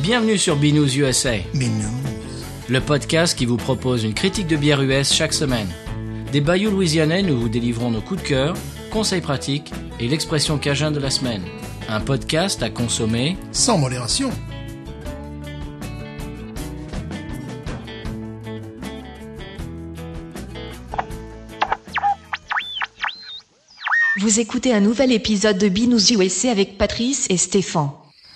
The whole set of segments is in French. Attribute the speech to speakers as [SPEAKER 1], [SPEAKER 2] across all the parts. [SPEAKER 1] Bienvenue sur Binous USA,
[SPEAKER 2] Mais non.
[SPEAKER 1] le podcast qui vous propose une critique de bière US chaque semaine. Des bayous louisianais, nous vous délivrons nos coups de cœur, conseils pratiques et l'expression cajun de la semaine. Un podcast à consommer.
[SPEAKER 2] Sans modération.
[SPEAKER 3] Vous écoutez un nouvel épisode de Binous USA avec Patrice et Stéphane.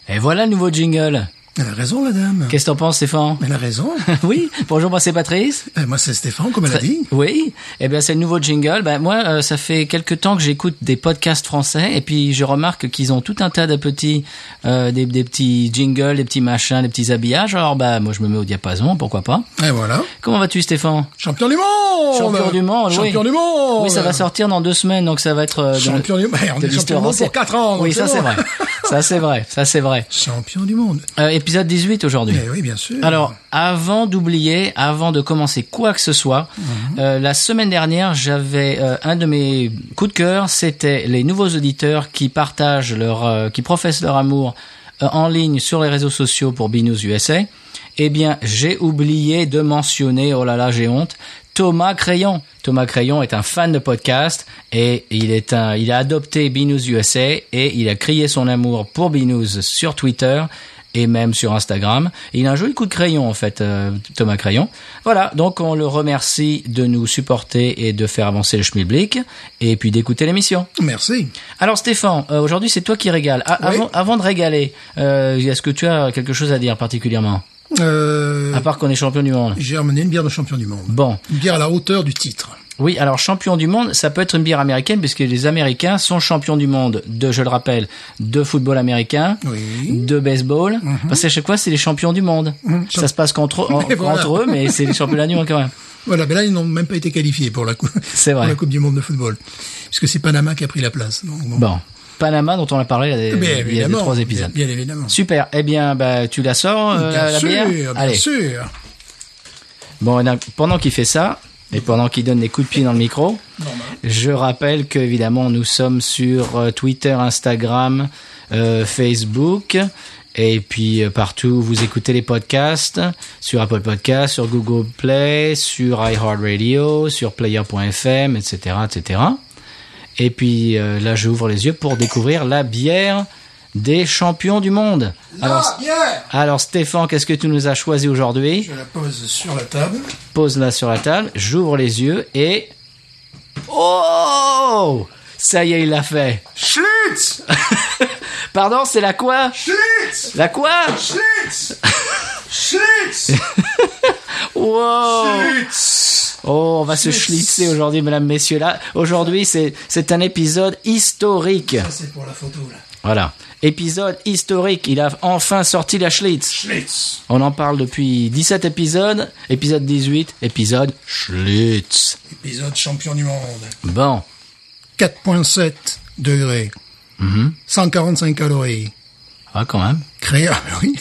[SPEAKER 1] Et voilà le nouveau jingle.
[SPEAKER 2] Elle a raison, la dame.
[SPEAKER 1] Qu'est-ce que t'en penses, Stéphane
[SPEAKER 2] Elle a raison.
[SPEAKER 1] Oui, bonjour, moi c'est Patrice.
[SPEAKER 2] Eh, moi, c'est Stéphane, comme elle a dit.
[SPEAKER 1] Oui, eh bien c'est le nouveau jingle. Ben moi, euh, ça fait quelque temps que j'écoute des podcasts français et puis je remarque qu'ils ont tout un tas de petits, euh, des, des petits jingles, des petits machins, des petits habillages. Alors bah moi je me mets au diapason, pourquoi pas.
[SPEAKER 2] Et Eh, voilà.
[SPEAKER 1] Comment vas-tu, Stéphane
[SPEAKER 2] Champion du monde
[SPEAKER 1] Champion du monde.
[SPEAKER 2] Champion
[SPEAKER 1] oui.
[SPEAKER 2] du monde
[SPEAKER 1] Oui, ça va sortir dans deux semaines, donc ça va être euh, dans
[SPEAKER 2] Oh Champion du-
[SPEAKER 1] le-
[SPEAKER 2] Ben, on
[SPEAKER 1] de
[SPEAKER 2] est champion
[SPEAKER 1] l'histoire
[SPEAKER 2] du monde
[SPEAKER 1] ancienne.
[SPEAKER 2] pour quatre ans, donc
[SPEAKER 1] Oui,
[SPEAKER 2] c'est
[SPEAKER 1] ça
[SPEAKER 2] bon.
[SPEAKER 1] c'est vrai. Ça c'est vrai. Ça c'est vrai.
[SPEAKER 2] Champion du monde.
[SPEAKER 1] Euh, épisode 18 aujourd'hui.
[SPEAKER 2] Eh oui, bien sûr.
[SPEAKER 1] Alors, avant d'oublier, avant de commencer quoi que ce soit, euh, la semaine dernière, j'avais euh, un de mes coups de cœur, c'était les nouveaux auditeurs qui partagent leur, euh, qui professent leur amour euh, en ligne sur les réseaux sociaux pour Binous USA. Eh bien, j'ai oublié de mentionner, oh là là, j'ai honte, Thomas Crayon. Thomas Crayon est un fan de podcast et il est un, il a adopté Binous USA et il a crié son amour pour Binous sur Twitter et même sur Instagram. Et il a un joli coup de crayon en fait, euh, Thomas Crayon. Voilà, donc on le remercie de nous supporter et de faire avancer le schmilblick et puis d'écouter l'émission.
[SPEAKER 2] Merci.
[SPEAKER 1] Alors Stéphane, euh, aujourd'hui c'est toi qui régales. A-
[SPEAKER 2] Oui.
[SPEAKER 1] avant, avant de régaler, euh, est-ce que tu as quelque chose à dire particulièrement
[SPEAKER 2] Euh,
[SPEAKER 1] À part qu'on est champion du monde.
[SPEAKER 2] J'ai amené une bière de champion du monde.
[SPEAKER 1] Bon,
[SPEAKER 2] Une bière à la hauteur du titre.
[SPEAKER 1] oui, alors champion du monde, ça peut être une bière américaine puisque les Américains sont champions du monde de, je le rappelle, de football américain,
[SPEAKER 2] Oui.
[SPEAKER 1] de baseball.
[SPEAKER 2] Mhm.
[SPEAKER 1] Parce qu'à chaque fois, c'est les champions du monde. Ça se passe qu'entre en-
[SPEAKER 2] Mais Mhm. voilà.
[SPEAKER 1] entre eux, mais c'est les championnats du monde quand même.
[SPEAKER 2] Voilà, mais là, ils n'ont même pas été qualifiés pour la, cou-
[SPEAKER 1] C'est vrai.
[SPEAKER 2] pour la Coupe du Monde de football. Puisque c'est Panama qui a pris la place. Donc, bon.
[SPEAKER 1] Bon, Panama dont on a parlé il y a-
[SPEAKER 2] Bien
[SPEAKER 1] il y a deux,
[SPEAKER 2] évidemment.
[SPEAKER 1] trois épisodes.
[SPEAKER 2] Bien, bien évidemment.
[SPEAKER 1] Super. Eh bien, bah, tu la sors euh,
[SPEAKER 2] bien
[SPEAKER 1] la, la
[SPEAKER 2] sûr,
[SPEAKER 1] bière.
[SPEAKER 2] bien
[SPEAKER 1] Allez.
[SPEAKER 2] sûr.
[SPEAKER 1] Bon, et donc, pendant qu'il fait ça et pendant qu'il donne des coups de pied dans le micro, je rappelle que évidemment nous sommes sur euh, Twitter, Instagram, euh, Facebook. Et puis euh, partout, où vous écoutez les podcasts sur Apple Podcasts, sur Google Play, sur iHeartRadio, sur Player.fm, etc., etc. Et puis euh, là, j'ouvre les yeux pour découvrir la bière des champions du monde. Alors,
[SPEAKER 2] bière
[SPEAKER 1] alors Stéphane, qu'est-ce que tu nous as choisi aujourd'hui
[SPEAKER 2] Je la pose sur la table.
[SPEAKER 1] pose là sur la table, j'ouvre les yeux et... Oh Ça y est, il l'a fait.
[SPEAKER 2] Schlitz
[SPEAKER 1] Pardon, c'est la quoi
[SPEAKER 2] Schlitz
[SPEAKER 1] La quoi
[SPEAKER 2] Schlitz Schlitz
[SPEAKER 1] Wow
[SPEAKER 2] Schlitz
[SPEAKER 1] Oh, on va se schlitzer aujourd'hui, mesdames, messieurs. Là, aujourd'hui, c'est c'est un épisode historique.
[SPEAKER 2] Ça, c'est pour la photo, là.
[SPEAKER 1] Voilà. Épisode historique. Il a enfin sorti la Schlitz.
[SPEAKER 2] Schlitz
[SPEAKER 1] On en parle depuis 17 épisodes. Épisode 18, épisode Schlitz.
[SPEAKER 2] Épisode champion du monde.
[SPEAKER 1] Bon.
[SPEAKER 2] 4,7 degrés.
[SPEAKER 1] Mhm.
[SPEAKER 2] 145 calories.
[SPEAKER 1] Ah, quand même.
[SPEAKER 2] Créé, ah, oui.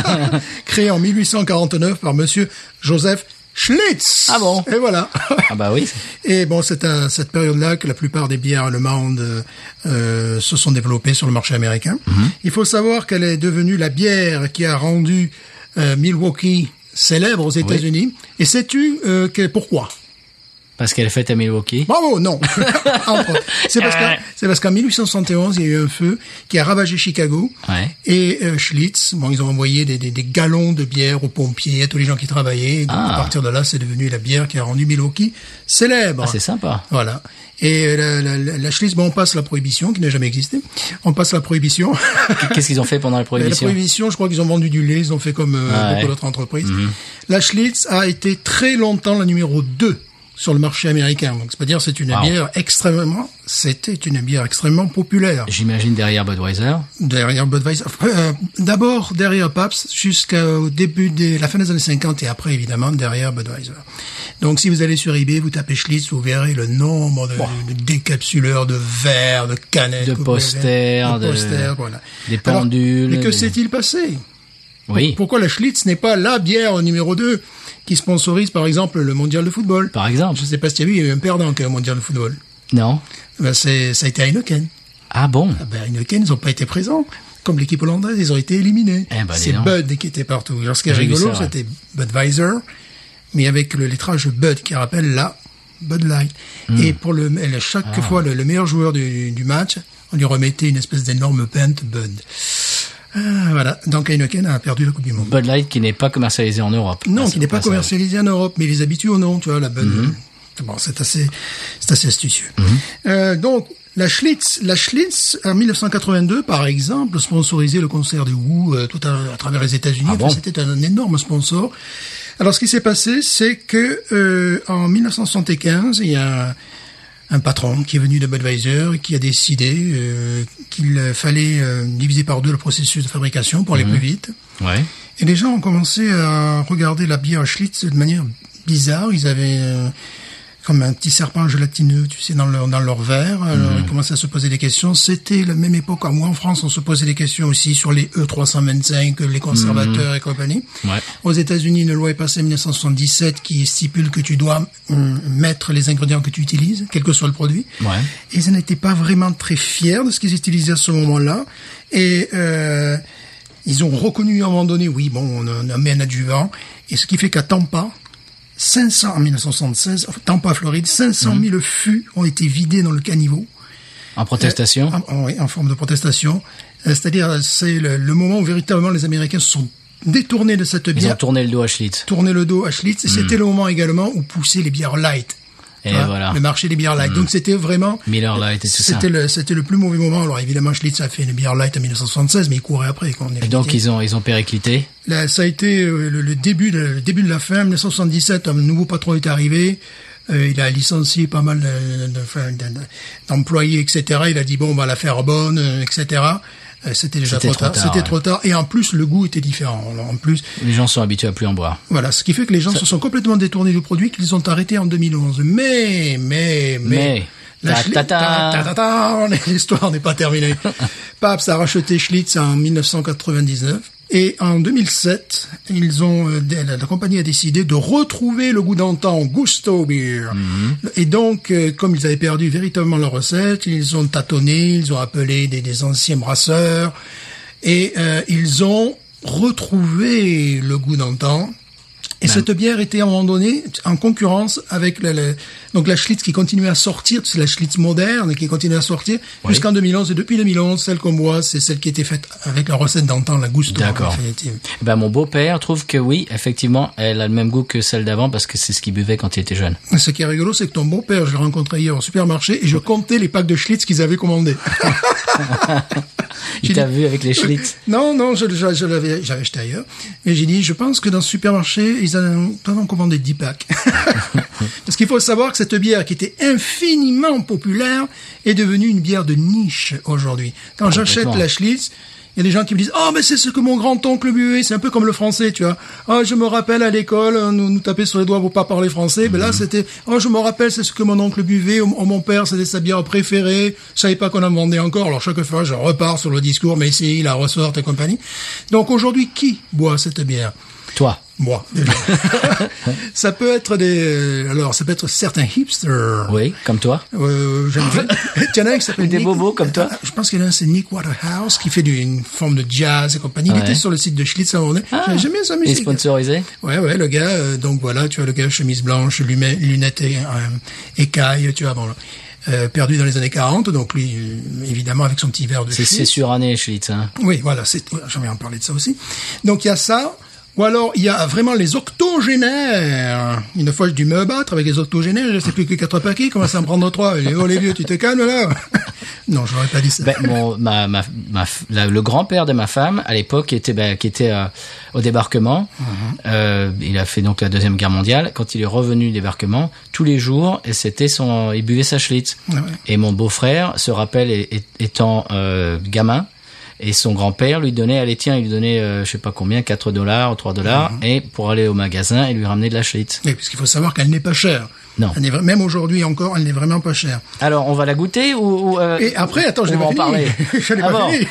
[SPEAKER 2] Créé en 1849 par monsieur Joseph Schlitz.
[SPEAKER 1] Ah bon
[SPEAKER 2] Et voilà.
[SPEAKER 1] Ah bah oui.
[SPEAKER 2] Et bon, c'est à cette période-là que la plupart des bières allemandes euh, euh, se sont développées sur le marché américain.
[SPEAKER 1] Mhm.
[SPEAKER 2] Il faut savoir qu'elle est devenue la bière qui a rendu euh, Milwaukee célèbre aux États-Unis. Et sais-tu euh, que- pourquoi
[SPEAKER 1] Parce qu'elle est faite à Milwaukee.
[SPEAKER 2] Bravo, non. Entre autres. c'est parce qu'en c'est parce qu'en 1871, il y a eu un feu qui a ravagé Chicago.
[SPEAKER 1] Ouais.
[SPEAKER 2] Et euh, Schlitz, bon, ils ont envoyé des, des- des gallons de bière aux pompiers, à tous les gens qui travaillaient. Et donc,
[SPEAKER 1] Ah.
[SPEAKER 2] À partir de là, c'est devenu la bière qui a rendu Milwaukee célèbre.
[SPEAKER 1] Ah, c'est sympa.
[SPEAKER 2] Voilà. Et euh, la, la, la, la Schlitz, bon, on passe la prohibition, qui n'a jamais existé. On passe la prohibition.
[SPEAKER 1] Qu'est-ce qu'ils ont fait pendant la
[SPEAKER 2] la
[SPEAKER 1] prohibition
[SPEAKER 2] prohibition, je crois qu'ils ont vendu du lait, ils ont fait comme euh,
[SPEAKER 1] Ah ouais.
[SPEAKER 2] beaucoup d'autres entreprises. La Schlitz a été très longtemps la numéro 2 sur le marché américain. Donc, c'est-à-dire, c'est une
[SPEAKER 1] Wow.
[SPEAKER 2] bière extrêmement, c'était une bière extrêmement populaire.
[SPEAKER 1] J'imagine derrière Budweiser.
[SPEAKER 2] Derrière Budweiser, euh, d'abord derrière Pabst jusqu'au début de la fin des années 50 et après évidemment derrière Budweiser. Donc si vous allez sur eBay, vous tapez Schlitz, vous verrez le nombre de, de décapsuleurs, de verres, de canettes,
[SPEAKER 1] De
[SPEAKER 2] que vous pouvez-
[SPEAKER 1] posters, de-
[SPEAKER 2] de posters, voilà.
[SPEAKER 1] des
[SPEAKER 2] Alors,
[SPEAKER 1] pendules,
[SPEAKER 2] mais que
[SPEAKER 1] des-
[SPEAKER 2] s'est-il passé
[SPEAKER 1] Oui,
[SPEAKER 2] Pourquoi la Schlitz n'est pas la bière numéro 2 qui sponsorise par exemple le mondial de football
[SPEAKER 1] par exemple.
[SPEAKER 2] Je ne sais pas si tu as vu, il y a eu un perdant qui a eu le mondial de football.
[SPEAKER 1] Non.
[SPEAKER 2] Ben, c'est, ça a été Heineken.
[SPEAKER 1] Ah bon
[SPEAKER 2] Ah ben, Heineken, ils n'ont pas été présents. comme l'équipe hollandaise, ils ont été éliminés.
[SPEAKER 1] Eh ben, dis
[SPEAKER 2] c'est
[SPEAKER 1] donc.
[SPEAKER 2] Bud qui était partout. Alors, ce qui est
[SPEAKER 1] J'ai vu
[SPEAKER 2] rigolo,
[SPEAKER 1] ça, ouais.
[SPEAKER 2] c'était Budweiser, mais avec le lettrage Bud qui rappelle la Bud Light.
[SPEAKER 1] Hmm.
[SPEAKER 2] Et pour le, le- chaque
[SPEAKER 1] Ah.
[SPEAKER 2] fois, le, le meilleur joueur du, du match, on lui remettait une espèce d'énorme pinte Bud. Ah, voilà. Donc Heineken a perdu la Coupe du Monde.
[SPEAKER 1] Bud Light qui n'est pas commercialisé en Europe.
[SPEAKER 2] Non,
[SPEAKER 1] Ah, Mhm.
[SPEAKER 2] qui n'est pas
[SPEAKER 1] ça.
[SPEAKER 2] commercialisé en Europe, mais les habitués en ont, tu vois, la bonne. Bon, c'est assez, c'est assez astucieux.
[SPEAKER 1] Mhm.
[SPEAKER 2] Euh, donc, la Schlitz, la Schlitz, en 1982, par exemple, sponsorisait le concert des Who euh, tout à, à travers les États-Unis.
[SPEAKER 1] Ah
[SPEAKER 2] Enfin,
[SPEAKER 1] bon
[SPEAKER 2] C'était un énorme sponsor. Alors, ce qui s'est passé, c'est que euh, en 1975, il y a un- un patron qui est venu de Budweiser et qui a décidé euh, qu'il fallait euh, diviser par deux le processus de fabrication pour aller
[SPEAKER 1] Mhm.
[SPEAKER 2] plus vite.
[SPEAKER 1] Ouais.
[SPEAKER 2] Et les gens ont commencé à regarder la bière Schlitz de manière bizarre. Ils avaient euh, comme un petit serpent gélatineux, tu sais, dans leur, dans leur verre. Alors, ils commençaient à se poser des questions. C'était la même époque. Ah, Moi, en France, on se posait des questions aussi sur les E E325, les conservateurs et compagnie.
[SPEAKER 1] Ouais.
[SPEAKER 2] Aux États-Unis, une loi est passée en 1977 qui stipule que tu dois hum, mettre les ingrédients que tu utilises, quel que soit le produit.
[SPEAKER 1] Ouais.
[SPEAKER 2] Et ils n'étaient pas vraiment très fiers de ce qu'ils utilisaient à ce moment-là. Et euh, ils ont reconnu à un moment donné, oui, bon, on, a- on a mis un adjuvant. Et ce qui fait qu'à Tampa, 500, en 1976, enfin, Tampa, Floride,
[SPEAKER 1] Mm-hmm.
[SPEAKER 2] 500 000 fûts ont été vidés dans le caniveau.
[SPEAKER 1] En protestation.
[SPEAKER 2] En, en- oui, en forme de protestation. Euh, C'est-à-dire, c'est le, le moment où véritablement les Américains se sont détournés de cette
[SPEAKER 1] Ils ont
[SPEAKER 2] bière,
[SPEAKER 1] tourné le dos à Schlitz.
[SPEAKER 2] tourné le dos à Schlitz. Et C'était le moment également où poussaient les bières light.
[SPEAKER 1] Hmm. Et
[SPEAKER 2] Hein,
[SPEAKER 1] voilà.
[SPEAKER 2] Le marché des bières light. Donc c'était vraiment
[SPEAKER 1] Miller Lite et tout ça.
[SPEAKER 2] c'était le, c'était le plus mauvais moment. Alors évidemment, Schlitz a fait une bière light en 1976, mais il courait après. Quand on est
[SPEAKER 1] Et donc
[SPEAKER 2] quitté.
[SPEAKER 1] ils ont ils ont périclité.
[SPEAKER 2] Là, ça a été euh, le, le début de, le début de la fin. En 1977, un nouveau patron est arrivé. Euh, il a licencié pas mal de- de- enfin, de- de- d'employés, etc. Il a dit bon, on va la faire bonne, euh, etc. Euh, C'était déjà
[SPEAKER 1] C'était
[SPEAKER 2] trop,
[SPEAKER 1] trop
[SPEAKER 2] tard.
[SPEAKER 1] tard,
[SPEAKER 2] C'était
[SPEAKER 1] ouais.
[SPEAKER 2] trop tard. Et en plus, le goût était différent. Alors, en plus,
[SPEAKER 1] Les gens sont habitués à plus en boire.
[SPEAKER 2] voilà, ce qui fait que les gens se sont complètement détournés du produit qu'ils ont arrêté en 2011. Mais, mais, mais.
[SPEAKER 1] Mais,
[SPEAKER 2] la
[SPEAKER 1] ta-
[SPEAKER 2] Schli-
[SPEAKER 1] ta- ta-
[SPEAKER 2] ta- ta- ta- on est- l'histoire n'est pas terminée. Pabst a racheté Schlitz en 1999. Et en 2007, ils ont, euh, dé- la, la compagnie a décidé de retrouver le goût d'antan, Gusto Beer. Et donc, euh, comme ils avaient perdu véritablement leur recette, ils ont tâtonné, ils ont appelé des, des anciens brasseurs, et euh, ils ont retrouvé le goût d'antan. Et cette bière était à un moment donné en concurrence avec la, la- donc la Schlitz qui continuait à sortir, c'est la Schlitz moderne qui continuait à sortir jusqu'en 2011. Et depuis 2011, celle qu'on boit, c'est celle qui était faite avec la recette d'antan, la Gusto.
[SPEAKER 1] D'accord.
[SPEAKER 2] en fait. Et-
[SPEAKER 1] Ben mon beau-père trouve que oui, effectivement, elle a le même goût que celle d'avant parce que c'est ce qu'il buvait quand il était jeune.
[SPEAKER 2] Ce qui est rigolo, c'est que ton beau-père, je l'ai rencontré hier au supermarché et je comptais les packs de Schlitz qu'ils avaient commandés.
[SPEAKER 1] Il
[SPEAKER 2] J'ai
[SPEAKER 1] t'a
[SPEAKER 2] dit-
[SPEAKER 1] vu avec les Schlitz.
[SPEAKER 2] Non, non, je, je, je l'avais, j'avais acheté ailleurs. Et j'ai dit, je pense que dans ce supermarché, ils en ont- doivent en commander 10 packs. Parce qu'il faut savoir que cette bière qui était infiniment populaire est devenue une bière de niche aujourd'hui. Quand j'achète la Schlitz, il y a des gens qui me disent, oh, mais c'est ce que mon grand-oncle buvait, c'est un peu comme le français, tu vois. Oh, je me rappelle à l'école, on nous, nous tapait sur les doigts pour pas parler français, mais là, c'était, oh, je me rappelle, c'est ce que mon oncle buvait, oh, mon père, c'était sa bière préférée, je savais pas qu'on en vendait encore, alors chaque fois, je repars sur le discours, mais si, la ressorte et compagnie. Donc aujourd'hui, qui boit cette bière?
[SPEAKER 1] Toi.
[SPEAKER 2] Moi, déjà. ça peut être des, euh, alors, ça peut être certains hipsters.
[SPEAKER 1] Oui, comme toi.
[SPEAKER 2] Euh, j'aime bien. Il y en a un qui s'appelle
[SPEAKER 1] Des
[SPEAKER 2] Nick- Ah,
[SPEAKER 1] bobos comme toi.
[SPEAKER 2] Je pense qu'il y en a un, c'est Nick Waterhouse, qui fait du- une forme de jazz et compagnie.
[SPEAKER 1] Ouais.
[SPEAKER 2] Il était sur le site de Schlitz à un moment donné.
[SPEAKER 1] Ah,
[SPEAKER 2] J'aime bien sa
[SPEAKER 1] Il est
[SPEAKER 2] musique.
[SPEAKER 1] sponsorisé.
[SPEAKER 2] Ouais, ouais, le gars, euh, donc voilà, tu as le gars, chemise blanche, lumet- lunettes et, euh, écailles, tu vois, bon, euh, perdu dans les années 40, donc lui, euh, évidemment, avec son petit verre de
[SPEAKER 1] C'est- C'est
[SPEAKER 2] Schlitz.
[SPEAKER 1] suranné Schlitz. Hein.
[SPEAKER 2] Oui, voilà, c'est, ouais, j'aimerais en parler de ça aussi. Donc il y a ça. Ou alors, il y a vraiment les octogénaires. Une fois, j'ai dû me battre avec les octogénaires. Je sais plus que quatre paquets. Commence à en prendre trois. Et, oh, les vieux, tu te calmes, là. non, j'aurais pas dit ça.
[SPEAKER 1] Ben, mon, ma, ma, ma, la- le grand-père de ma femme, à l'époque, qui était, ben, qui était euh, au débarquement,
[SPEAKER 2] Mhm.
[SPEAKER 1] euh, il a fait donc la Deuxième Guerre mondiale. Quand il est revenu du débarquement, tous les jours, et c'était son, il buvait sa Schlitz.
[SPEAKER 2] Ouais.
[SPEAKER 1] Et mon beau-frère se rappelle é- é- étant euh, gamin, et son grand-père lui donnait, allez tiens, il lui donnait, euh, je sais pas combien, 4 dollars ou 3 dollars,
[SPEAKER 2] Mhm.
[SPEAKER 1] et pour aller au magasin, il lui ramenait de la Schlitz.
[SPEAKER 2] Oui, parce qu'il faut savoir qu'elle n'est pas chère.
[SPEAKER 1] Non.
[SPEAKER 2] Elle n'est vra- même aujourd'hui encore, elle n'est vraiment pas chère.
[SPEAKER 1] Alors, on va la goûter ou... ou, euh,
[SPEAKER 2] Et après, attends, je
[SPEAKER 1] on
[SPEAKER 2] l'ai
[SPEAKER 1] va
[SPEAKER 2] pas
[SPEAKER 1] en
[SPEAKER 2] fini.
[SPEAKER 1] parler.
[SPEAKER 2] je l'ai
[SPEAKER 1] Ah
[SPEAKER 2] pas
[SPEAKER 1] bon.
[SPEAKER 2] fini.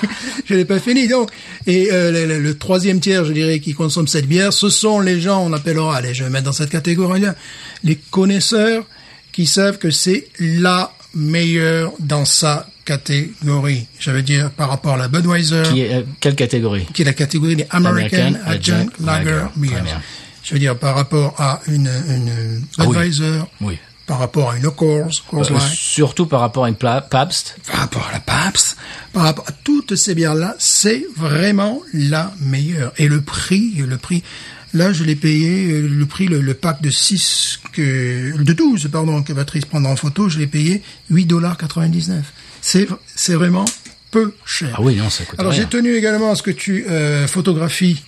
[SPEAKER 2] Je l'ai pas fini. Donc, et euh, le, le- le troisième tiers, je dirais, qui consomme cette bière, ce sont les gens, on appellera, allez, je vais mettre dans cette catégorie-là, les connaisseurs qui savent que c'est la meilleure dans sa catégorie. Je veux dire, par rapport à la Budweiser,
[SPEAKER 1] Qui est, euh, quelle catégorie
[SPEAKER 2] qui est la catégorie des American,
[SPEAKER 1] American
[SPEAKER 2] Adjunct Lager
[SPEAKER 1] Très
[SPEAKER 2] Beers.
[SPEAKER 1] bien. Ah
[SPEAKER 2] Je veux dire, par rapport à une, une Budweiser,
[SPEAKER 1] Oui.
[SPEAKER 2] par rapport à une Coors, Coors
[SPEAKER 1] Euh,
[SPEAKER 2] Light,
[SPEAKER 1] surtout par rapport à une pla- Pabst.
[SPEAKER 2] par rapport à la Pabst, par rapport à toutes ces bières-là, c'est vraiment la meilleure. Et le prix, le prix, là, je l'ai payé, euh, le prix, le, le pack de 6, que, de 12, pardon, que Patrice prendra en photo, je l'ai payé 8,99$. C'est, c'est vraiment peu cher.
[SPEAKER 1] Ah oui, non, ça coûte
[SPEAKER 2] Alors,
[SPEAKER 1] rien.
[SPEAKER 2] j'ai tenu également à ce que tu euh, photographies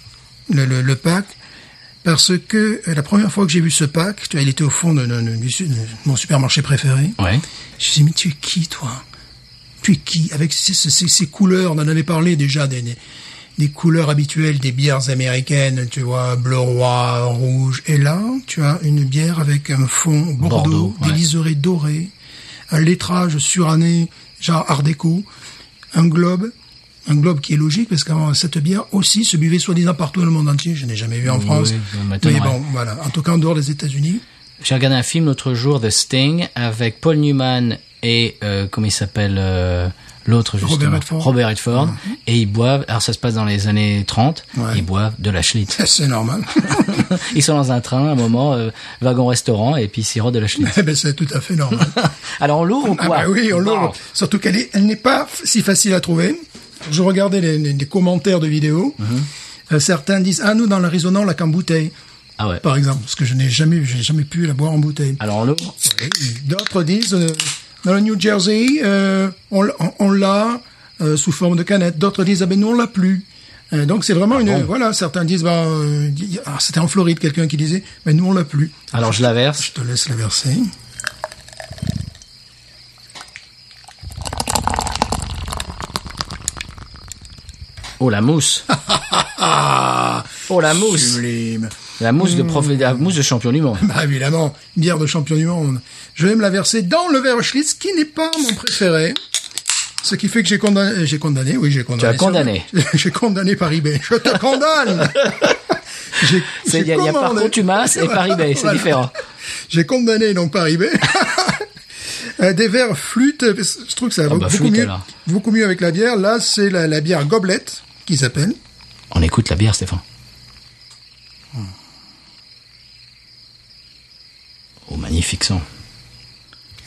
[SPEAKER 2] le, le, le pack. Parce que euh, la première fois que j'ai vu ce pack, tu vois, il était au fond de, de- de- du su- de mon supermarché préféré.
[SPEAKER 1] Ouais.
[SPEAKER 2] Je me suis dit, mais tu es qui, toi Tu es qui Avec ces, ces- ces- ces couleurs, on en avait parlé déjà, des, des, des couleurs habituelles des bières américaines, tu vois, bleu roi, rouge. Et là, tu as une bière avec un fond bordeaux,
[SPEAKER 1] Bordeaux, ouais.
[SPEAKER 2] des liserés dorés, un lettrage suranné, genre art déco, un globe. Un globe qui est logique parce qu'avant cette bière aussi se buvait soi-disant partout dans le monde entier. Je n'ai jamais vu en France.
[SPEAKER 1] ça
[SPEAKER 2] Mais
[SPEAKER 1] m'étonnerait.
[SPEAKER 2] bon, voilà. En tout cas, en dehors des États-Unis.
[SPEAKER 1] J'ai regardé un film l'autre jour, The Sting, avec Paul Newman et euh, comment il s'appelle euh, l'autre justement
[SPEAKER 2] Robert Redford. Mhm.
[SPEAKER 1] Robert Redford. Et ils boivent. Alors ça se passe dans les années 30.
[SPEAKER 2] Ouais.
[SPEAKER 1] Ils boivent de la Schlitz.
[SPEAKER 2] C'est normal.
[SPEAKER 1] ils sont dans un train, à un moment, euh, wagon restaurant, et puis ils sirotent de la Schlitz.
[SPEAKER 2] Eh ben, c'est tout à fait normal.
[SPEAKER 1] Alors on l'ouvre ou
[SPEAKER 2] Ah
[SPEAKER 1] quoi
[SPEAKER 2] bah oui, on l'ouvre.
[SPEAKER 1] Bon.
[SPEAKER 2] Surtout qu'elle est- elle n'est pas f- si facile à trouver. Je regardais les, les- les commentaires de vidéos.
[SPEAKER 1] Mhm.
[SPEAKER 2] Euh, certains disent ah nous dans l'Arizona on l'a qu'en bouteille
[SPEAKER 1] Ah ouais.
[SPEAKER 2] par exemple parce que je n'ai jamais j'ai jamais pu la boire en bouteille.
[SPEAKER 1] Alors on l'ouvre.
[SPEAKER 2] Et D'autres disent euh, dans le New Jersey euh, on, l- on- on l'a euh, sous forme de canette. D'autres disent ah ben nous on l'a plus. Euh, donc c'est
[SPEAKER 1] Ah
[SPEAKER 2] vraiment une voilà certains disent bah euh, y- ah, c'était en Floride quelqu'un qui disait mais nous on l'a plus.
[SPEAKER 1] Alors je la verse.
[SPEAKER 2] Je te laisse la verser.
[SPEAKER 1] Oh la mousse.
[SPEAKER 2] Ah
[SPEAKER 1] Oh la mousse.
[SPEAKER 2] sublime.
[SPEAKER 1] La mousse
[SPEAKER 2] Mm.
[SPEAKER 1] de prof... la mousse de champion du monde.
[SPEAKER 2] Bah évidemment, bière de champion du monde. Je vais me la verser dans le verre Schlitz, qui n'est pas mon préféré. Ce qui fait que j'ai condamné, euh, j'ai condamné, oui, j'ai condamné.
[SPEAKER 1] as condamné.
[SPEAKER 2] J'ai condamné Paris B. Je te condamne. J'ai-
[SPEAKER 1] C'est-
[SPEAKER 2] j'ai
[SPEAKER 1] il y a- il y a par
[SPEAKER 2] commandé-
[SPEAKER 1] contumace et Paris Bay, c'est différent.
[SPEAKER 2] J'ai condamné donc Paris B. Euh, Des verres flûte, euh, je trouve que ça va
[SPEAKER 1] bah,
[SPEAKER 2] beaucoup
[SPEAKER 1] flûte,
[SPEAKER 2] mieux,
[SPEAKER 1] alors.
[SPEAKER 2] beaucoup mieux avec la bière. Là, c'est la, la bière gobelette qui s'appelle.
[SPEAKER 1] On écoute la bière, Stéphane. Hmm. Oh, magnifique son.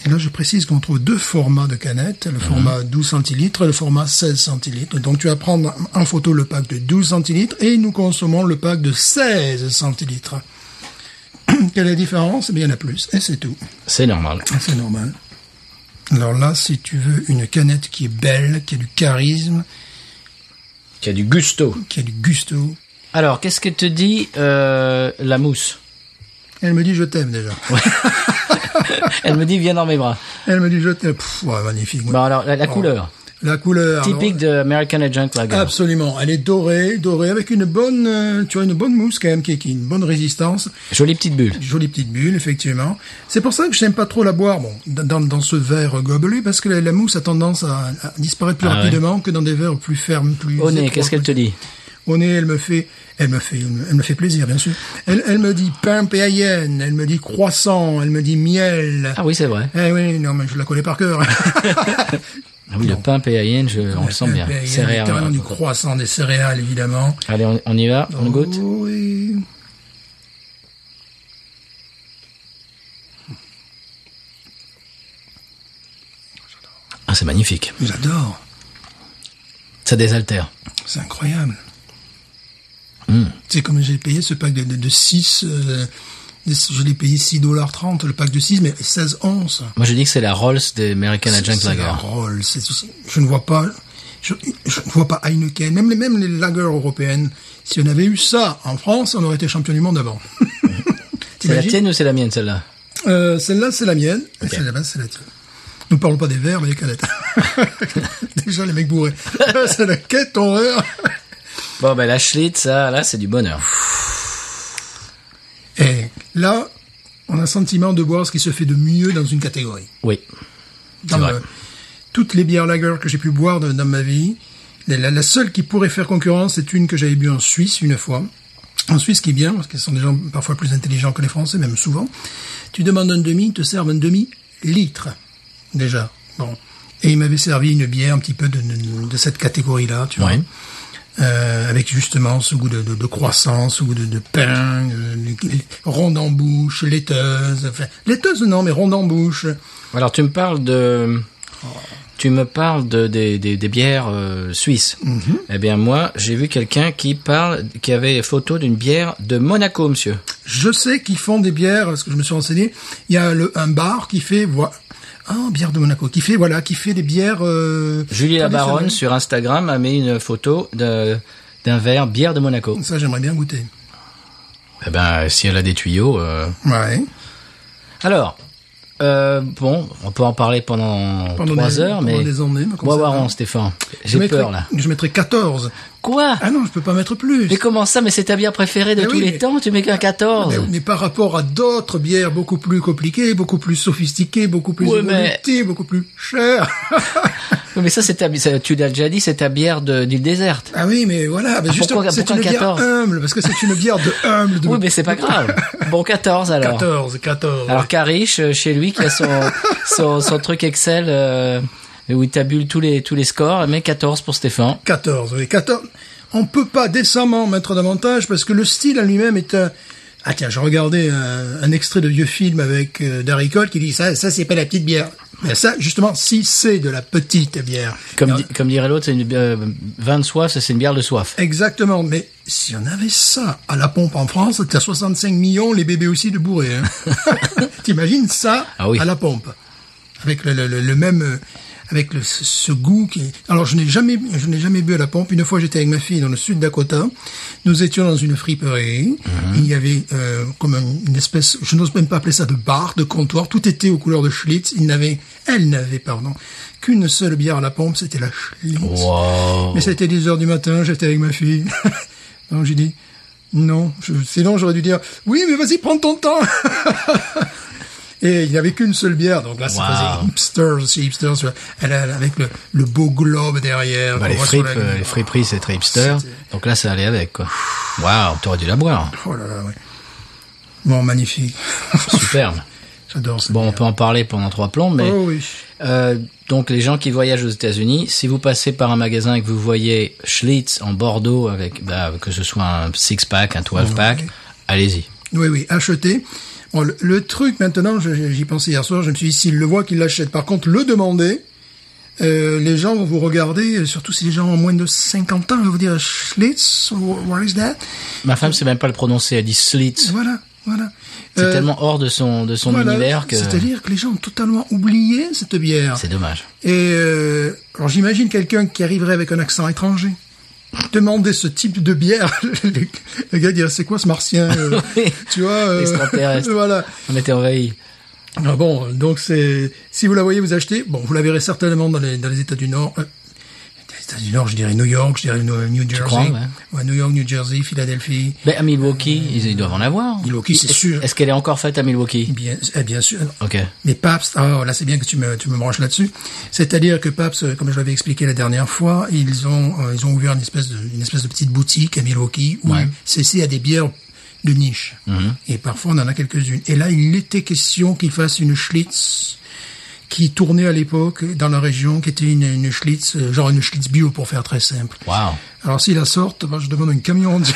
[SPEAKER 2] Et là, je précise qu'on trouve deux formats de canettes, le format
[SPEAKER 1] Mhm.
[SPEAKER 2] 12 centilitres et le format 16 centilitres. Donc, tu vas prendre en photo le pack de 12 centilitres et nous consommons le pack de 16 centilitres. Quelle est la différence Eh bien, il y en a plus. Et c'est tout.
[SPEAKER 1] C'est normal.
[SPEAKER 2] C'est normal. Alors là, si tu veux une canette qui est belle, qui a du charisme,
[SPEAKER 1] Qui a du gusto.
[SPEAKER 2] qui a du gusto,
[SPEAKER 1] Alors, qu'est-ce que te dit euh, la mousse
[SPEAKER 2] elle me dit je t'aime déjà.
[SPEAKER 1] Elle me dit viens dans mes bras.
[SPEAKER 2] Elle me dit je t'aime. Pff, ouais, magnifique. ouais.
[SPEAKER 1] Bon, Bah, alors, la, la
[SPEAKER 2] Oh.
[SPEAKER 1] couleur.
[SPEAKER 2] La couleur. alors-
[SPEAKER 1] Typique de American Agent Lager.
[SPEAKER 2] Absolument, elle est dorée, dorée avec une bonne, euh, tu vois, une bonne mousse quand même, qui, qui a une bonne résistance,
[SPEAKER 1] Jolie petite bulle.
[SPEAKER 2] jolie petite bulle effectivement. C'est pour ça que je n'aime pas trop la boire, bon, dans, dans ce verre gobelet, parce que la, la mousse a tendance à, à disparaître plus
[SPEAKER 1] Ah ouais.
[SPEAKER 2] rapidement que dans des verres plus fermes, plus.
[SPEAKER 1] Au nez,
[SPEAKER 2] étroits.
[SPEAKER 1] qu'est-ce qu'elle te dit
[SPEAKER 2] Au nez, elle me fait, elle me fait, elle me- elle me fait plaisir bien sûr. Elle, elle me dit pain et aïenne, elle me dit croissant, elle me dit miel.
[SPEAKER 1] Ah oui, c'est vrai.
[SPEAKER 2] Eh oui, non mais je la connais par cœur.
[SPEAKER 1] Ah oui, le pain PAIN, je, on le sent bien.
[SPEAKER 2] Pain et aïenne,
[SPEAKER 1] Céréales. hein,
[SPEAKER 2] littéralement du croissant, des céréales évidemment. Oh
[SPEAKER 1] Allez, on, on y va, on goûte.
[SPEAKER 2] Oui. Oh.
[SPEAKER 1] Ah, c'est magnifique.
[SPEAKER 2] J'adore.
[SPEAKER 1] Ça désaltère.
[SPEAKER 2] C'est incroyable.
[SPEAKER 1] Hmm.
[SPEAKER 2] C'est comme j'ai payé ce pack de, de, 6. je l'ai payé 6 dollars 30, le pack de 6, mais 16 onces.
[SPEAKER 1] Moi, je dis que c'est la Rolls des American
[SPEAKER 2] C'est
[SPEAKER 1] Agent
[SPEAKER 2] c'est
[SPEAKER 1] Lager.
[SPEAKER 2] drôle, c'est- c'est- Je ne vois pas. Je, je ne vois pas Heineken, même les, même les lagers européennes. Si on avait eu ça en France, on aurait été champion du monde avant.
[SPEAKER 1] C'est la
[SPEAKER 2] T'imagines
[SPEAKER 1] tienne ou c'est la mienne, celle-là
[SPEAKER 2] Euh, Celle-là, c'est la mienne. et Celle-là, ben, c'est la tienne. Nous ne parlons pas des verres, mais des canettes. Déjà, les mecs bourrés. c'est la quête, ton verre.
[SPEAKER 1] Bon, ben la Schlitz, ça, là, c'est du bonheur.
[SPEAKER 2] Et là, on a le sentiment de boire ce qui se fait de mieux dans une catégorie.
[SPEAKER 1] Oui.
[SPEAKER 2] Dans
[SPEAKER 1] vrai.
[SPEAKER 2] toutes les bières lager que j'ai pu boire de- dans ma vie, la, la- la seule qui pourrait faire concurrence, c'est une que j'avais bu en Suisse une fois. En Suisse, ce qui est bien, parce qu'ils sont des gens parfois plus intelligents que les Français, même souvent. Tu demandes un demi, ils te servent un demi litre déjà. Bon, Et il m'avait servi une bière un petit peu de, de- de cette catégorie-là, tu vois.
[SPEAKER 1] Ouais.
[SPEAKER 2] Euh, avec justement ce goût de, de, de croissant, ce goût de, de pain, euh, ronde en bouche, laiteuse. Enfin, laiteuse non, mais ronde en bouche.
[SPEAKER 1] Alors tu me parles de, tu me parles de des, des, des bières euh, suisses.
[SPEAKER 2] Mhm.
[SPEAKER 1] Eh bien moi, j'ai vu quelqu'un qui parle, qui avait photo d'une bière de Monaco, monsieur.
[SPEAKER 2] Je sais qu'ils font des bières, parce que je me suis renseigné. Il y a le, un bar qui fait, voilà, ah, bière de Monaco, qui fait, voilà, qui fait des bières. euh,
[SPEAKER 1] Julie la
[SPEAKER 2] traditionnelles.
[SPEAKER 1] Baronne sur Instagram a mis une photo de- d'un verre bière de Monaco.
[SPEAKER 2] Ça, j'aimerais bien goûter.
[SPEAKER 1] Eh ben si elle a des tuyaux. euh.
[SPEAKER 2] Ouais.
[SPEAKER 1] Alors. euh, bon, on peut en parler pendant,
[SPEAKER 2] Pendant
[SPEAKER 1] trois
[SPEAKER 2] des-
[SPEAKER 1] heures,
[SPEAKER 2] pendant
[SPEAKER 1] mais
[SPEAKER 2] des années, mais comme
[SPEAKER 1] bois
[SPEAKER 2] ça,
[SPEAKER 1] voir
[SPEAKER 2] hein.
[SPEAKER 1] on, Stéphane.
[SPEAKER 2] Je
[SPEAKER 1] J'ai
[SPEAKER 2] mettrais-
[SPEAKER 1] peur là.
[SPEAKER 2] Je mettrais 14.
[SPEAKER 1] Quoi
[SPEAKER 2] Ah non, je peux pas mettre plus.
[SPEAKER 1] Mais comment ça Mais c'est ta bière préférée de
[SPEAKER 2] Mais
[SPEAKER 1] tous
[SPEAKER 2] oui,
[SPEAKER 1] les
[SPEAKER 2] mais- Ah,
[SPEAKER 1] temps Tu mets qu'un 14
[SPEAKER 2] Mais, mais par rapport à d'autres bières beaucoup plus compliquées, beaucoup plus sophistiquées, beaucoup plus
[SPEAKER 1] Ouais, mais-
[SPEAKER 2] évolutives, beaucoup plus chères.
[SPEAKER 1] Oui, mais ça, c'est ta, ça, tu l'as déjà dit, c'est ta bière de- d'île déserte.
[SPEAKER 2] ah oui, mais voilà, mais
[SPEAKER 1] Ah,
[SPEAKER 2] justement,
[SPEAKER 1] pourquoi-
[SPEAKER 2] c'est
[SPEAKER 1] pourquoi
[SPEAKER 2] une bière
[SPEAKER 1] 14?
[SPEAKER 2] humble, parce que c'est une bière de humble. De
[SPEAKER 1] Oui, mais c'est pas grave. Bon, 14 alors.
[SPEAKER 2] 14, 14.
[SPEAKER 1] Alors, Cariche, euh, chez lui, qui a son, son, son truc Excel euh, où il tabule tous les, tous les scores, mais 14 pour Stéphane.
[SPEAKER 2] 14, oui, 14. On peut pas décemment mettre davantage parce que le style en lui-même est un... Ah tiens, je regardais un, un extrait de vieux film avec euh, Darry Cole qui dit ça, ça c'est pas la petite bière. Mais ça, justement, si c'est de la petite bière.
[SPEAKER 1] Comme,
[SPEAKER 2] Alors,
[SPEAKER 1] di- comme dirait l'autre, c'est une euh, vin de soif, ça, c'est une bière de soif.
[SPEAKER 2] Exactement, mais si on avait ça à la pompe en France, t'as 65 millions, les bébés aussi de bourrés. Hein. T'imagines ça
[SPEAKER 1] Ah oui.
[SPEAKER 2] à la pompe avec le, le- le- le même euh, avec le- ce ce goût qui est- alors je n'ai jamais je n'ai jamais bu à la pompe une fois j'étais avec ma fille dans le sud Dakota nous étions dans une friperie
[SPEAKER 1] Mhm.
[SPEAKER 2] il y avait euh, comme un- une espèce je n'ose même pas appeler ça de bar de comptoir tout était aux couleurs de Schlitz il n'avait elle n'avait pardon qu'une seule bière à la pompe c'était la Schlitz
[SPEAKER 1] Wow.
[SPEAKER 2] mais c'était 10 heures du matin, j'étais avec ma fille. Donc j'ai dit, non, je, sinon j'aurais dû dire, oui, mais vas-y, prends ton temps. Et il n'y avait qu'une seule bière, donc là, ça
[SPEAKER 1] Wow.
[SPEAKER 2] faisait hipsters, chez hipsters, tu vois. Elle, elle, avec le, le beau globe derrière.
[SPEAKER 1] Bah,
[SPEAKER 2] qu'on
[SPEAKER 1] les,
[SPEAKER 2] voit sur
[SPEAKER 1] fripes,
[SPEAKER 2] la-
[SPEAKER 1] euh, les friperies, c'est très hipster.
[SPEAKER 2] C'était-
[SPEAKER 1] Donc là, ça allait avec, quoi. Waouh, t'aurais dû la boire.
[SPEAKER 2] Oh là là, ouais. Bon, magnifique.
[SPEAKER 1] Superbe.
[SPEAKER 2] J'adore ça.
[SPEAKER 1] Bon, on peut en parler pendant trois plombs, mais...
[SPEAKER 2] Oh oui.
[SPEAKER 1] Euh, donc les gens qui voyagent aux États-Unis, si vous passez par un magasin et que vous voyez Schlitz en Bordeaux avec bah, que ce soit un six pack, un 12 pack,
[SPEAKER 2] Ouais.
[SPEAKER 1] allez-y.
[SPEAKER 2] Oui, oui, acheter. Bon, le, le truc maintenant, je- je- j'y pensais hier soir, je me suis dit, s'il le voit, qu'il l'achète. Par contre, le demander, euh, les gens vont vous regarder, euh, surtout si les gens ont moins de 50 ans, ils vont vous dire, Schlitz, wh- what is that?
[SPEAKER 1] Ma femme sait même pas le prononcer, elle dit Schlitz.
[SPEAKER 2] Voilà, voilà.
[SPEAKER 1] C'est
[SPEAKER 2] Euh,
[SPEAKER 1] tellement hors de son de son
[SPEAKER 2] voilà,
[SPEAKER 1] univers que
[SPEAKER 2] C'est-à-dire que les gens ont totalement oublié cette bière.
[SPEAKER 1] c'est dommage.
[SPEAKER 2] Et euh, alors j'imagine quelqu'un qui arriverait avec un accent étranger. Demander ce type de bière, le, le gars dirait c'est quoi ce martien euh,
[SPEAKER 1] Oui.
[SPEAKER 2] Tu vois, euh,
[SPEAKER 1] Extraterrestre.
[SPEAKER 2] voilà.
[SPEAKER 1] On était envahis.
[SPEAKER 2] Ah bon, donc c'est si vous la voyez, vous achetez. Bon, vous la verrez certainement dans les, dans les États du Nord. Euh, dans les États du Nord, je dirais New York, je dirais New, New Jersey.
[SPEAKER 1] crois, ouais.
[SPEAKER 2] Ouais, New York, New Jersey, Philadelphie.
[SPEAKER 1] Mais Ben, à Milwaukee, ils, ils doivent en avoir.
[SPEAKER 2] Milwaukee, c'est
[SPEAKER 1] Est-ce-
[SPEAKER 2] sûr.
[SPEAKER 1] Est-ce qu'elle est encore faite à Milwaukee
[SPEAKER 2] Bien, eh bien sûr.
[SPEAKER 1] Ok.
[SPEAKER 2] Mais Pabst, ah là c'est bien que tu me, tu me branches là-dessus. C'est-à-dire que Pabst, euh, comme je l'avais expliqué la dernière fois, ils ont, euh, ils ont ouvert une espèce de, une espèce de petite boutique à Milwaukee où
[SPEAKER 1] Ouais.
[SPEAKER 2] ceci à des bières de niche. Et parfois on en a quelques-unes. Et là, il était question qu'ils fassent une Schlitz qui tournait à l'époque dans la région, qui était une, une Schlitz, euh, genre une Schlitz bio pour faire très simple.
[SPEAKER 1] Waouh.
[SPEAKER 2] Alors s'ils la sortent, moi, je demande un camion entier.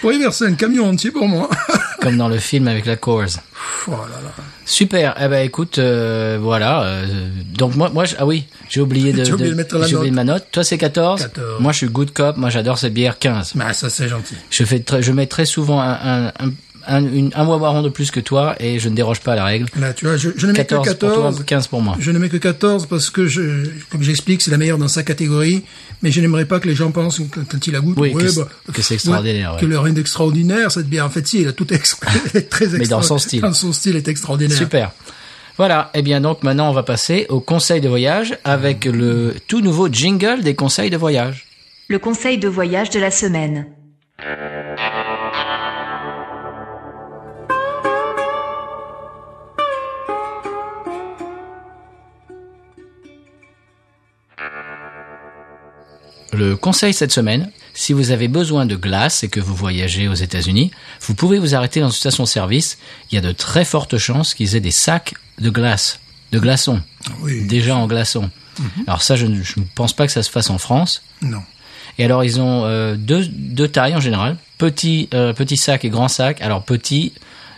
[SPEAKER 2] pour y verser un camion entier pour moi.
[SPEAKER 1] Comme dans le film avec la Coors.
[SPEAKER 2] Pff, oh là là.
[SPEAKER 1] Super. Eh ben écoute, euh, voilà. euh, donc moi, moi, je- ah oui, j'ai oublié de,
[SPEAKER 2] J'ai oublié de mettre la
[SPEAKER 1] j'ai oublié
[SPEAKER 2] note.
[SPEAKER 1] ma note. Toi c'est 14.
[SPEAKER 2] 14.
[SPEAKER 1] Moi je suis good cop. Moi j'adore cette bière 15.
[SPEAKER 2] Bah ça c'est gentil.
[SPEAKER 1] Je fais, très, je mets très souvent un un un, un, une- un Wawaron de plus que toi et je ne déroge pas à la règle.
[SPEAKER 2] Là, tu vois, je, je ne mets
[SPEAKER 1] 14
[SPEAKER 2] que
[SPEAKER 1] pour
[SPEAKER 2] 14.
[SPEAKER 1] toi, 15 pour moi.
[SPEAKER 2] Je ne mets que 14 parce que, je, comme j'explique, c'est la meilleure dans sa catégorie, mais je n'aimerais pas que les gens pensent, que- quand ils la goûtent,
[SPEAKER 1] Oui,
[SPEAKER 2] ouais,
[SPEAKER 1] que c'est-
[SPEAKER 2] bah,
[SPEAKER 1] que c'est extraordinaire, ouais.
[SPEAKER 2] Que leur est extraordinaire, cette bière. En fait, si, elle a tout ex- elle est très extraordinaire.
[SPEAKER 1] dans son style.
[SPEAKER 2] Dans son style, elle est extraordinaire.
[SPEAKER 1] Super. Voilà. Eh bien donc maintenant on va passer au conseil de voyage avec le tout nouveau jingle des conseils de voyage.
[SPEAKER 3] Le conseil de voyage de la semaine.
[SPEAKER 1] Le conseil cette semaine, si vous avez besoin de glace et que vous voyagez aux États-Unis, vous pouvez vous arrêter dans une station-service. Il y a de très fortes chances qu'ils aient des sacs de glace. de glaçons,
[SPEAKER 2] Oui.
[SPEAKER 1] déjà en glaçons. Alors ça, je ne je ne pense pas que ça se fasse en France.
[SPEAKER 2] Non.
[SPEAKER 1] Et alors, ils ont euh, deux, deux tailles en général. Petit, euh, petit sac et grand sac. Alors, petit,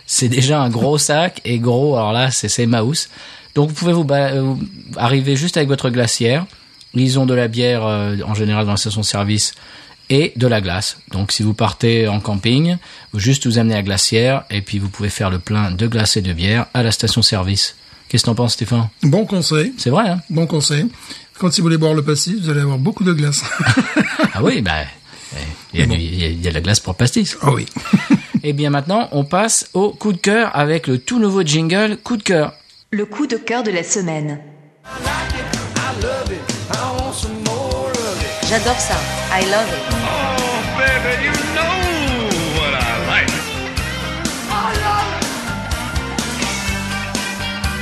[SPEAKER 1] c'est déjà un gros sac. Et gros, alors là, c'est c'est mouse. Donc, vous pouvez vous ba- euh, arriver juste avec votre glacière. Ils ont de la bière, euh, en général, dans la station de service. Et de la glace. Donc, si vous partez en camping, vous juste vous amenez la glacière. Et puis, vous pouvez faire le plein de glace et de bière à la station service. Qu'est-ce que t'en penses, Stéphane
[SPEAKER 2] Bon conseil.
[SPEAKER 1] C'est vrai, hein
[SPEAKER 2] Bon conseil. Quand si vous voulez boire le pastis, vous allez avoir beaucoup de glace.
[SPEAKER 1] Ah oui, bah, eh, il y, a du- il y a- il y a de la glace pour le pastis.
[SPEAKER 2] Ah oui.
[SPEAKER 1] Et Eh bien maintenant, on passe au coup de cœur avec le tout nouveau jingle coup de cœur.
[SPEAKER 3] Le coup de cœur de la semaine. J'adore ça. I love it.
[SPEAKER 4] Oh, baby, you know what I like.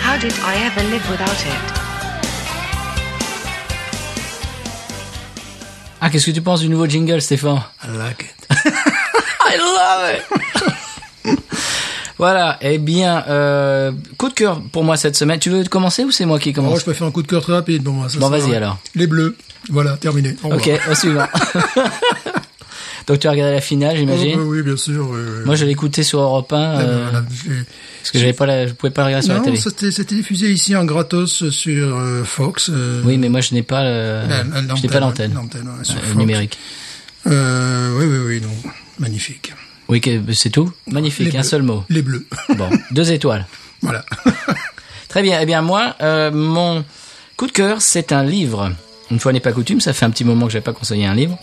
[SPEAKER 5] How did I ever live without it?
[SPEAKER 1] Ah, qu'est-ce que tu penses du nouveau jingle, Stéphane
[SPEAKER 2] I like it.
[SPEAKER 1] I love it Voilà, eh bien, euh, coup de cœur pour moi cette semaine. Tu veux commencer ou c'est moi qui
[SPEAKER 2] Oh,
[SPEAKER 1] commence
[SPEAKER 2] je peux faire un coup de cœur très rapide. Bon, ça
[SPEAKER 1] Bon,
[SPEAKER 2] sert à
[SPEAKER 1] vas-y,
[SPEAKER 2] rien.
[SPEAKER 1] alors.
[SPEAKER 2] Les bleus. Voilà, terminé. Au
[SPEAKER 1] Ok,
[SPEAKER 2] revoir.
[SPEAKER 1] au suivant. Donc tu as regardé la finale,
[SPEAKER 2] Oh,
[SPEAKER 1] j'imagine
[SPEAKER 2] bah oui, bien sûr. euh,
[SPEAKER 1] Moi, je l'ai écouté sur Europe 1
[SPEAKER 2] eh ben,
[SPEAKER 1] euh,
[SPEAKER 2] voilà, j'ai-
[SPEAKER 1] parce que j'avais pas la- je pouvais pas regarder sur la
[SPEAKER 2] non,
[SPEAKER 1] télé.
[SPEAKER 2] c'était c'était diffusé ici en gratos sur euh, Fox. euh,
[SPEAKER 1] Oui, mais moi, je n'ai pas, le-
[SPEAKER 2] la- la-
[SPEAKER 1] je n'ai pas l'antenne
[SPEAKER 2] ouais,
[SPEAKER 1] euh,
[SPEAKER 2] sur Fox.
[SPEAKER 1] numérique.
[SPEAKER 2] Euh, oui, oui, oui, non. Magnifique.
[SPEAKER 1] Oui, que- c'est tout. Magnifique,
[SPEAKER 2] Les
[SPEAKER 1] un
[SPEAKER 2] bleus.
[SPEAKER 1] seul mot.
[SPEAKER 2] Les bleus.
[SPEAKER 1] Bon, deux étoiles.
[SPEAKER 2] voilà.
[SPEAKER 1] Très bien. Eh bien, moi, euh, mon coup de cœur, c'est un livre. Une fois n'est pas coutume, ça fait un petit moment que je n'ai pas conseillé un livre.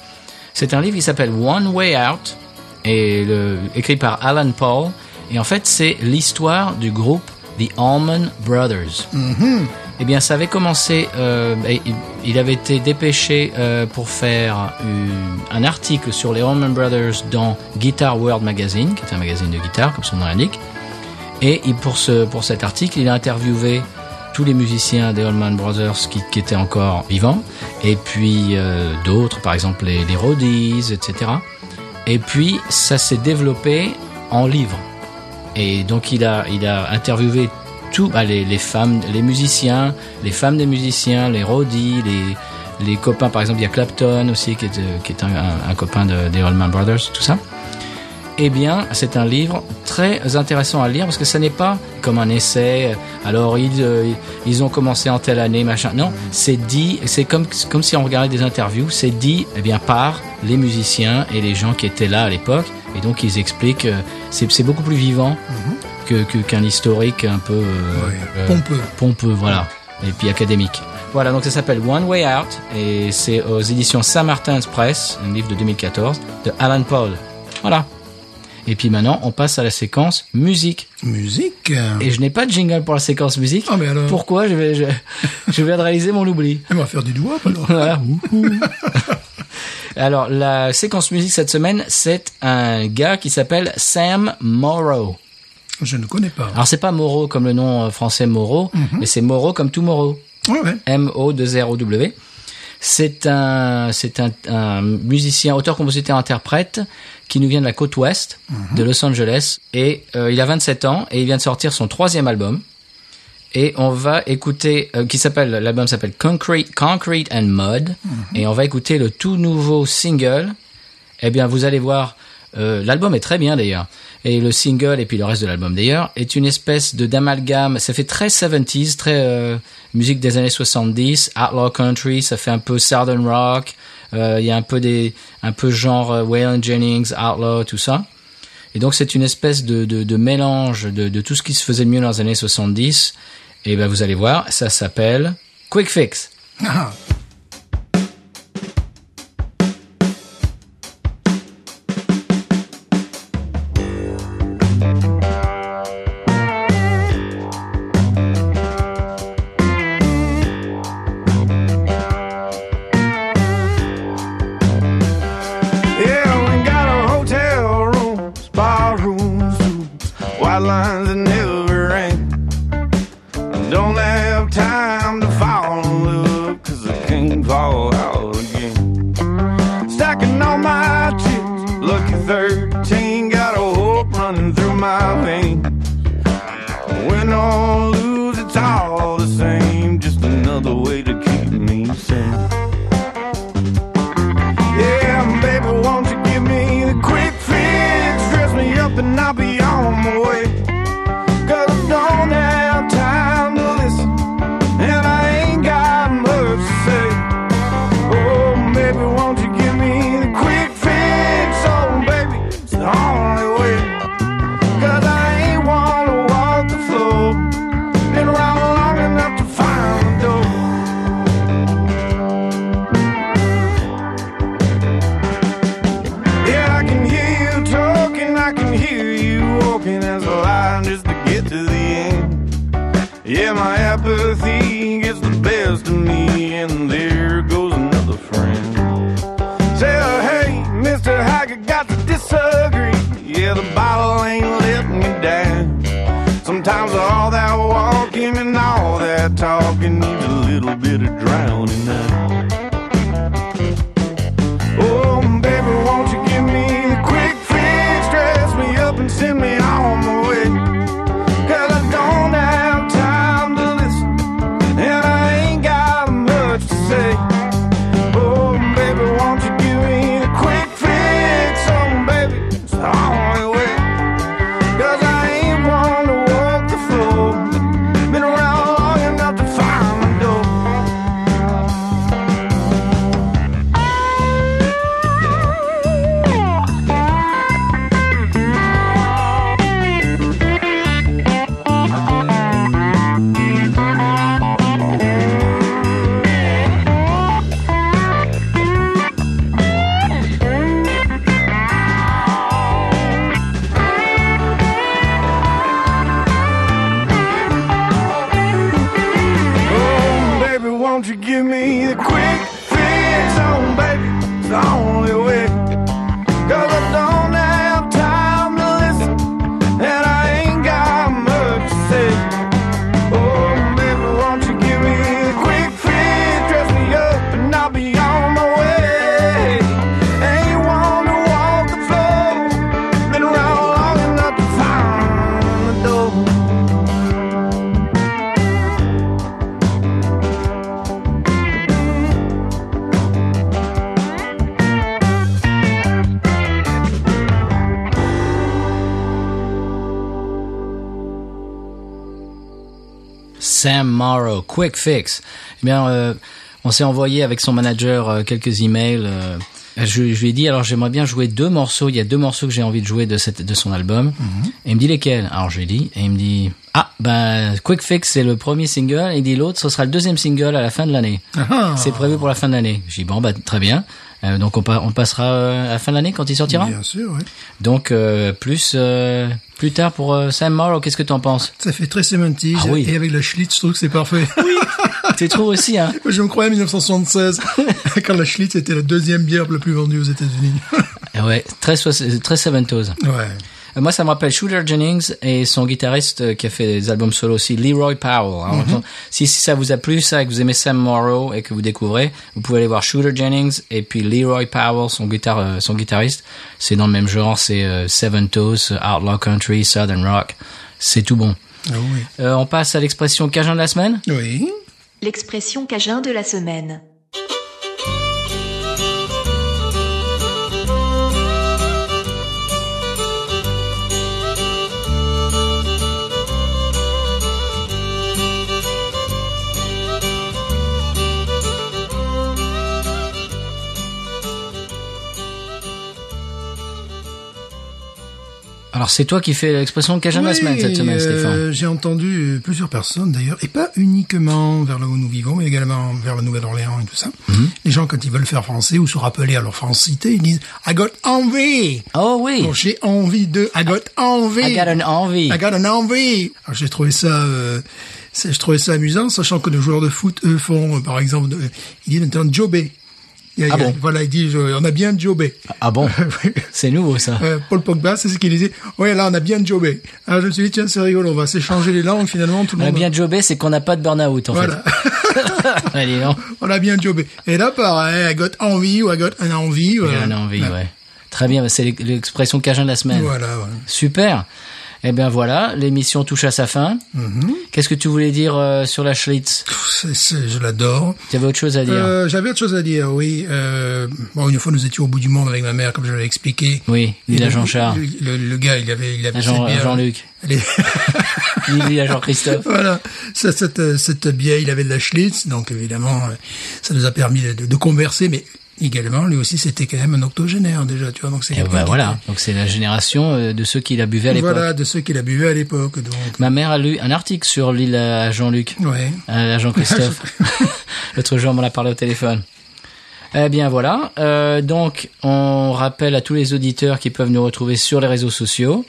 [SPEAKER 1] C'est un livre qui s'appelle One Way Out, et le- écrit par Alan Paul. Et en fait, c'est l'histoire du groupe The Allman Brothers. Eh bien, ça avait commencé. euh, et il- il avait été dépêché euh, pour faire une- un article sur les Allman Brothers dans Guitar World Magazine, qui est un magazine de guitare, comme son nom l'indique. Et il- pour, ce, pour cet article, il a interviewé tous les musiciens des Allman Brothers qui, qui étaient encore vivants, et puis euh, d'autres, par exemple les, les Roadies, etc. Et puis ça s'est développé en livre. Et donc il a, il a interviewé tout, bah, les, les femmes, les musiciens, les femmes des musiciens, les Roadies, les, les copains, par exemple il y a Clapton aussi qui est, euh, qui est un, un- un copain de- des Allman Brothers, tout ça. Eh bien, c'est un livre très intéressant à lire parce que ça n'est pas comme un essai. euh, Alors ils euh, ils ont commencé en telle année, machin. Non, c'est dit. C'est comme comme si on regardait des interviews. C'est dit, eh bien, par les musiciens et les gens qui étaient là à l'époque. Et donc ils expliquent. euh, C'est c'est beaucoup plus vivant que que- qu'un historique un peu euh,
[SPEAKER 2] Mhm. Ouais,
[SPEAKER 1] euh,
[SPEAKER 2] Pompeux.
[SPEAKER 1] pompeux, voilà, et puis académique. Voilà, donc ça s'appelle One Way Out et c'est aux éditions Saint-Martin's Press, un livre de 2014 de Alan Paul. Voilà. Et puis maintenant, on passe à la séquence musique.
[SPEAKER 2] Musique. euh,
[SPEAKER 1] Et je n'ai pas de jingle pour la séquence musique.
[SPEAKER 2] Ah, mais alors
[SPEAKER 1] Pourquoi je, vais, je, je viens de réaliser mon oubli.
[SPEAKER 2] On va faire du doigt, alors.
[SPEAKER 1] Voilà. Alors, la séquence musique cette semaine, c'est un gars qui s'appelle Sam Morrow.
[SPEAKER 2] Je ne connais pas.
[SPEAKER 1] Alors, c'est pas Morrow comme le nom euh, français Moreau, mais c'est Moreau comme tout Moreau.
[SPEAKER 2] Ouais, ouais.
[SPEAKER 1] M-O-2-R-O-W. C'est un, c'est un, un musicien, auteur, compositeur, interprète qui nous vient de la côte ouest de Los Angeles. Et euh, il a 27 ans et il vient de sortir son troisième album. Et on va écouter, euh, qui s'appelle, l'album s'appelle Concrete, Concrete and Mud. Et on va écouter le tout nouveau single. Eh bien, vous allez voir, euh, l'album est très bien d'ailleurs. Et le single, et puis le reste de l'album d'ailleurs, est une espèce de d'amalgame. Ça fait très 70s, très euh, musique des années 70, outlaw country, ça fait un peu southern rock. euh, Il y a un peu des, un peu genre euh, Waylon Jennings, outlaw, tout ça. Et donc c'est une espèce de, de, de mélange de, de tout ce qui se faisait de mieux dans les années 70. Et ben vous allez voir, ça s'appelle Quick Fix.
[SPEAKER 2] Ah,
[SPEAKER 4] Yeah, we got a hotel room, spa rooms, suites, white lines that never end. And don't have time to fall in love, cause I can't fall out again. Stacking all my chips, lucky 13, got a hope running through my veins. Win or lose, it's all the same. Oh, Oh, uh, I got to disagree. Yeah, the bottle ain't let me down. Sometimes all that walking and all that talking needs a little bit of drowning out. Oh, baby, won't you give me a quick fix? Dress me up and send me on my way. Cause I don't have time to listen, and I ain't got much to say. Oh, baby, won't you give me a quick fix? Oh, baby, it's the only way. Cause I ain't one to walk the floor. Been around long enough to find my door. Oh, baby, won't you give me the quick fix? Oh, baby, it's the only way. Cause I don't have time to listen, and I ain't got much to say. Oh, baby, won't you give me the quick fix? Dress me up, and I'll be on my way. Ain't one to walk the floor. Been around long enough to find the door.
[SPEAKER 1] Sam Morrow, Quick Fix. Eh bien, euh, on s'est envoyé avec son manager euh, quelques emails. euh, je, je lui ai dit, alors j'aimerais bien jouer deux morceaux. Il y a deux morceaux que j'ai envie de jouer de, cette, de son album.
[SPEAKER 2] Mhm.
[SPEAKER 1] Et il me dit lesquels Alors je lui ai dit, et il me dit, ah, ben, Quick Fix, c'est le premier single. Et il dit l'autre, ce sera le deuxième single à la fin de l'année.
[SPEAKER 2] Ah,
[SPEAKER 1] C'est prévu pour la fin de l'année. J'ai dit, bon, bah, très bien. Euh, donc on, pa- on passera euh, à la fin de l'année quand il sortira.
[SPEAKER 2] Bien sûr, oui.
[SPEAKER 1] Donc euh, plus euh, plus tard pour euh, Sam Morrow, qu'est-ce que t'en penses
[SPEAKER 2] Ça fait très 70
[SPEAKER 1] Ah oui.
[SPEAKER 2] et avec le Schlitz, je trouve que c'est parfait.
[SPEAKER 1] Tu trouves aussi hein
[SPEAKER 2] Je me croyais en 1976 quand la Schlitz était la deuxième bière la plus vendue aux États-Unis.
[SPEAKER 1] Ah Ouais, très soix- très seventos.
[SPEAKER 2] ouais.
[SPEAKER 1] Euh, Moi, ça me rappelle Shooter Jennings et son guitariste euh, qui a fait des albums solo aussi, Leroy Powell.
[SPEAKER 2] Mhm.
[SPEAKER 1] Alors, si, si ça vous a plu, ça, et que vous aimez Sam Morrow et que vous découvrez, vous pouvez aller voir Shooter Jennings et puis Leroy Powell, son, guitare, euh, son guitariste. C'est dans le même genre, c'est euh, Seventos, euh, Outlaw Country, Southern Rock. C'est tout bon.
[SPEAKER 2] Ah oui.
[SPEAKER 1] Euh, on passe à l'expression Cajun de la semaine.
[SPEAKER 2] Oui.
[SPEAKER 3] L'expression cajun de la semaine.
[SPEAKER 1] Alors, c'est toi qui fais l'expression Cajun de la
[SPEAKER 2] Oui,
[SPEAKER 1] semaine cette semaine,
[SPEAKER 2] euh,
[SPEAKER 1] Stéphane.
[SPEAKER 2] J'ai entendu euh, plusieurs personnes d'ailleurs, et pas uniquement vers là où nous vivons, mais également vers la Nouvelle-Orléans et tout ça.
[SPEAKER 1] Mhm.
[SPEAKER 2] Les gens, quand ils veulent faire français ou se rappeler à leur francité, ils disent « I got envie
[SPEAKER 1] Oh ». oui,
[SPEAKER 2] Bon, j'ai envie de « I got envie ».«
[SPEAKER 1] I got an envie.
[SPEAKER 2] I got an envie. Alors, j'ai trouvé ça, euh, c'est- je trouvais ça amusant, sachant que nos joueurs de foot, eux, font, euh, par exemple, de- ils disent maintenant jobé. Il y a-
[SPEAKER 1] Ah
[SPEAKER 2] il y a-
[SPEAKER 1] bon
[SPEAKER 2] Voilà, ils disent, euh, on a bien jobé.
[SPEAKER 1] Ah bon
[SPEAKER 2] Oui.
[SPEAKER 1] C'est nouveau ça.
[SPEAKER 2] Euh, Paul Pogba, c'est ce qu'il disait. Ouais, là, on a bien jobé. Alors, je me suis dit, tiens, c'est rigolo, on va s'échanger les langues, finalement, tout le
[SPEAKER 1] On a
[SPEAKER 2] monde.
[SPEAKER 1] bien jobé, c'est qu'on n'a pas de burn-out en
[SPEAKER 2] Voilà.
[SPEAKER 1] fait. Allez, non.
[SPEAKER 2] on a bien jobé. Et là, pareil, I got envie ou I got an envie.
[SPEAKER 1] Il
[SPEAKER 2] voilà.
[SPEAKER 1] en a envie, ouais. Très bien, c'est l'ex- l'expression cajun de la semaine.
[SPEAKER 2] Voilà, ouais.
[SPEAKER 1] Super. Eh bien voilà, l'émission touche à sa fin.
[SPEAKER 2] Mm-hmm.
[SPEAKER 1] Qu'est-ce que tu voulais dire euh, sur la Schlitz
[SPEAKER 2] Pff, c'est- c'est- je l'adore.
[SPEAKER 1] Tu avais autre chose à dire
[SPEAKER 2] Euh, J'avais autre chose à dire, oui. Euh, bon, une fois, nous étions au bout du monde avec ma mère, comme je l'avais expliqué.
[SPEAKER 1] Oui,
[SPEAKER 2] Et
[SPEAKER 1] Lila
[SPEAKER 2] le-
[SPEAKER 1] Jean-Charles.
[SPEAKER 2] Le, le gars, il avait, il avait
[SPEAKER 1] Jean- euh,
[SPEAKER 2] cette bière.
[SPEAKER 1] Jean-Luc.
[SPEAKER 2] Elle est-
[SPEAKER 1] Lila Jean-Christophe.
[SPEAKER 2] voilà, Ça, cette, euh, cette bière, il avait de la Schlitz, donc évidemment, euh, ça nous a permis de, de- de converser, mais également, lui aussi, c'était quand même un octogénaire déjà, tu vois, donc c'est
[SPEAKER 1] Eh ben,
[SPEAKER 2] quelqu'un qui
[SPEAKER 1] voilà, donc c'est la génération euh, de ceux qui la buvaient à
[SPEAKER 2] était-
[SPEAKER 1] l'époque.
[SPEAKER 2] voilà, de ceux qui la buvaient à l'époque, donc.
[SPEAKER 1] Ma mère a lu un article sur l'île à Jean-Luc.
[SPEAKER 2] Ouais.
[SPEAKER 1] Euh, à Jean-Christophe. L'autre jour, on m'en a parlé au téléphone. Eh bien voilà, Euh, donc on rappelle à tous les auditeurs qui peuvent nous retrouver sur les réseaux sociaux.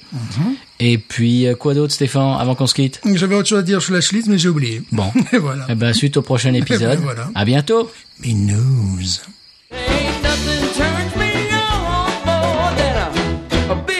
[SPEAKER 1] Et puis euh, quoi d'autre Stéphane, avant qu'on se quitte
[SPEAKER 2] J'avais autre chose à dire sur la Schlitz, mais j'ai oublié.
[SPEAKER 1] Bon.
[SPEAKER 2] Et voilà.
[SPEAKER 1] Eh ben suite au prochain épisode.
[SPEAKER 2] voilà.
[SPEAKER 1] À bientôt
[SPEAKER 2] Mais news.
[SPEAKER 6] Ain't nothing turns me on more than does.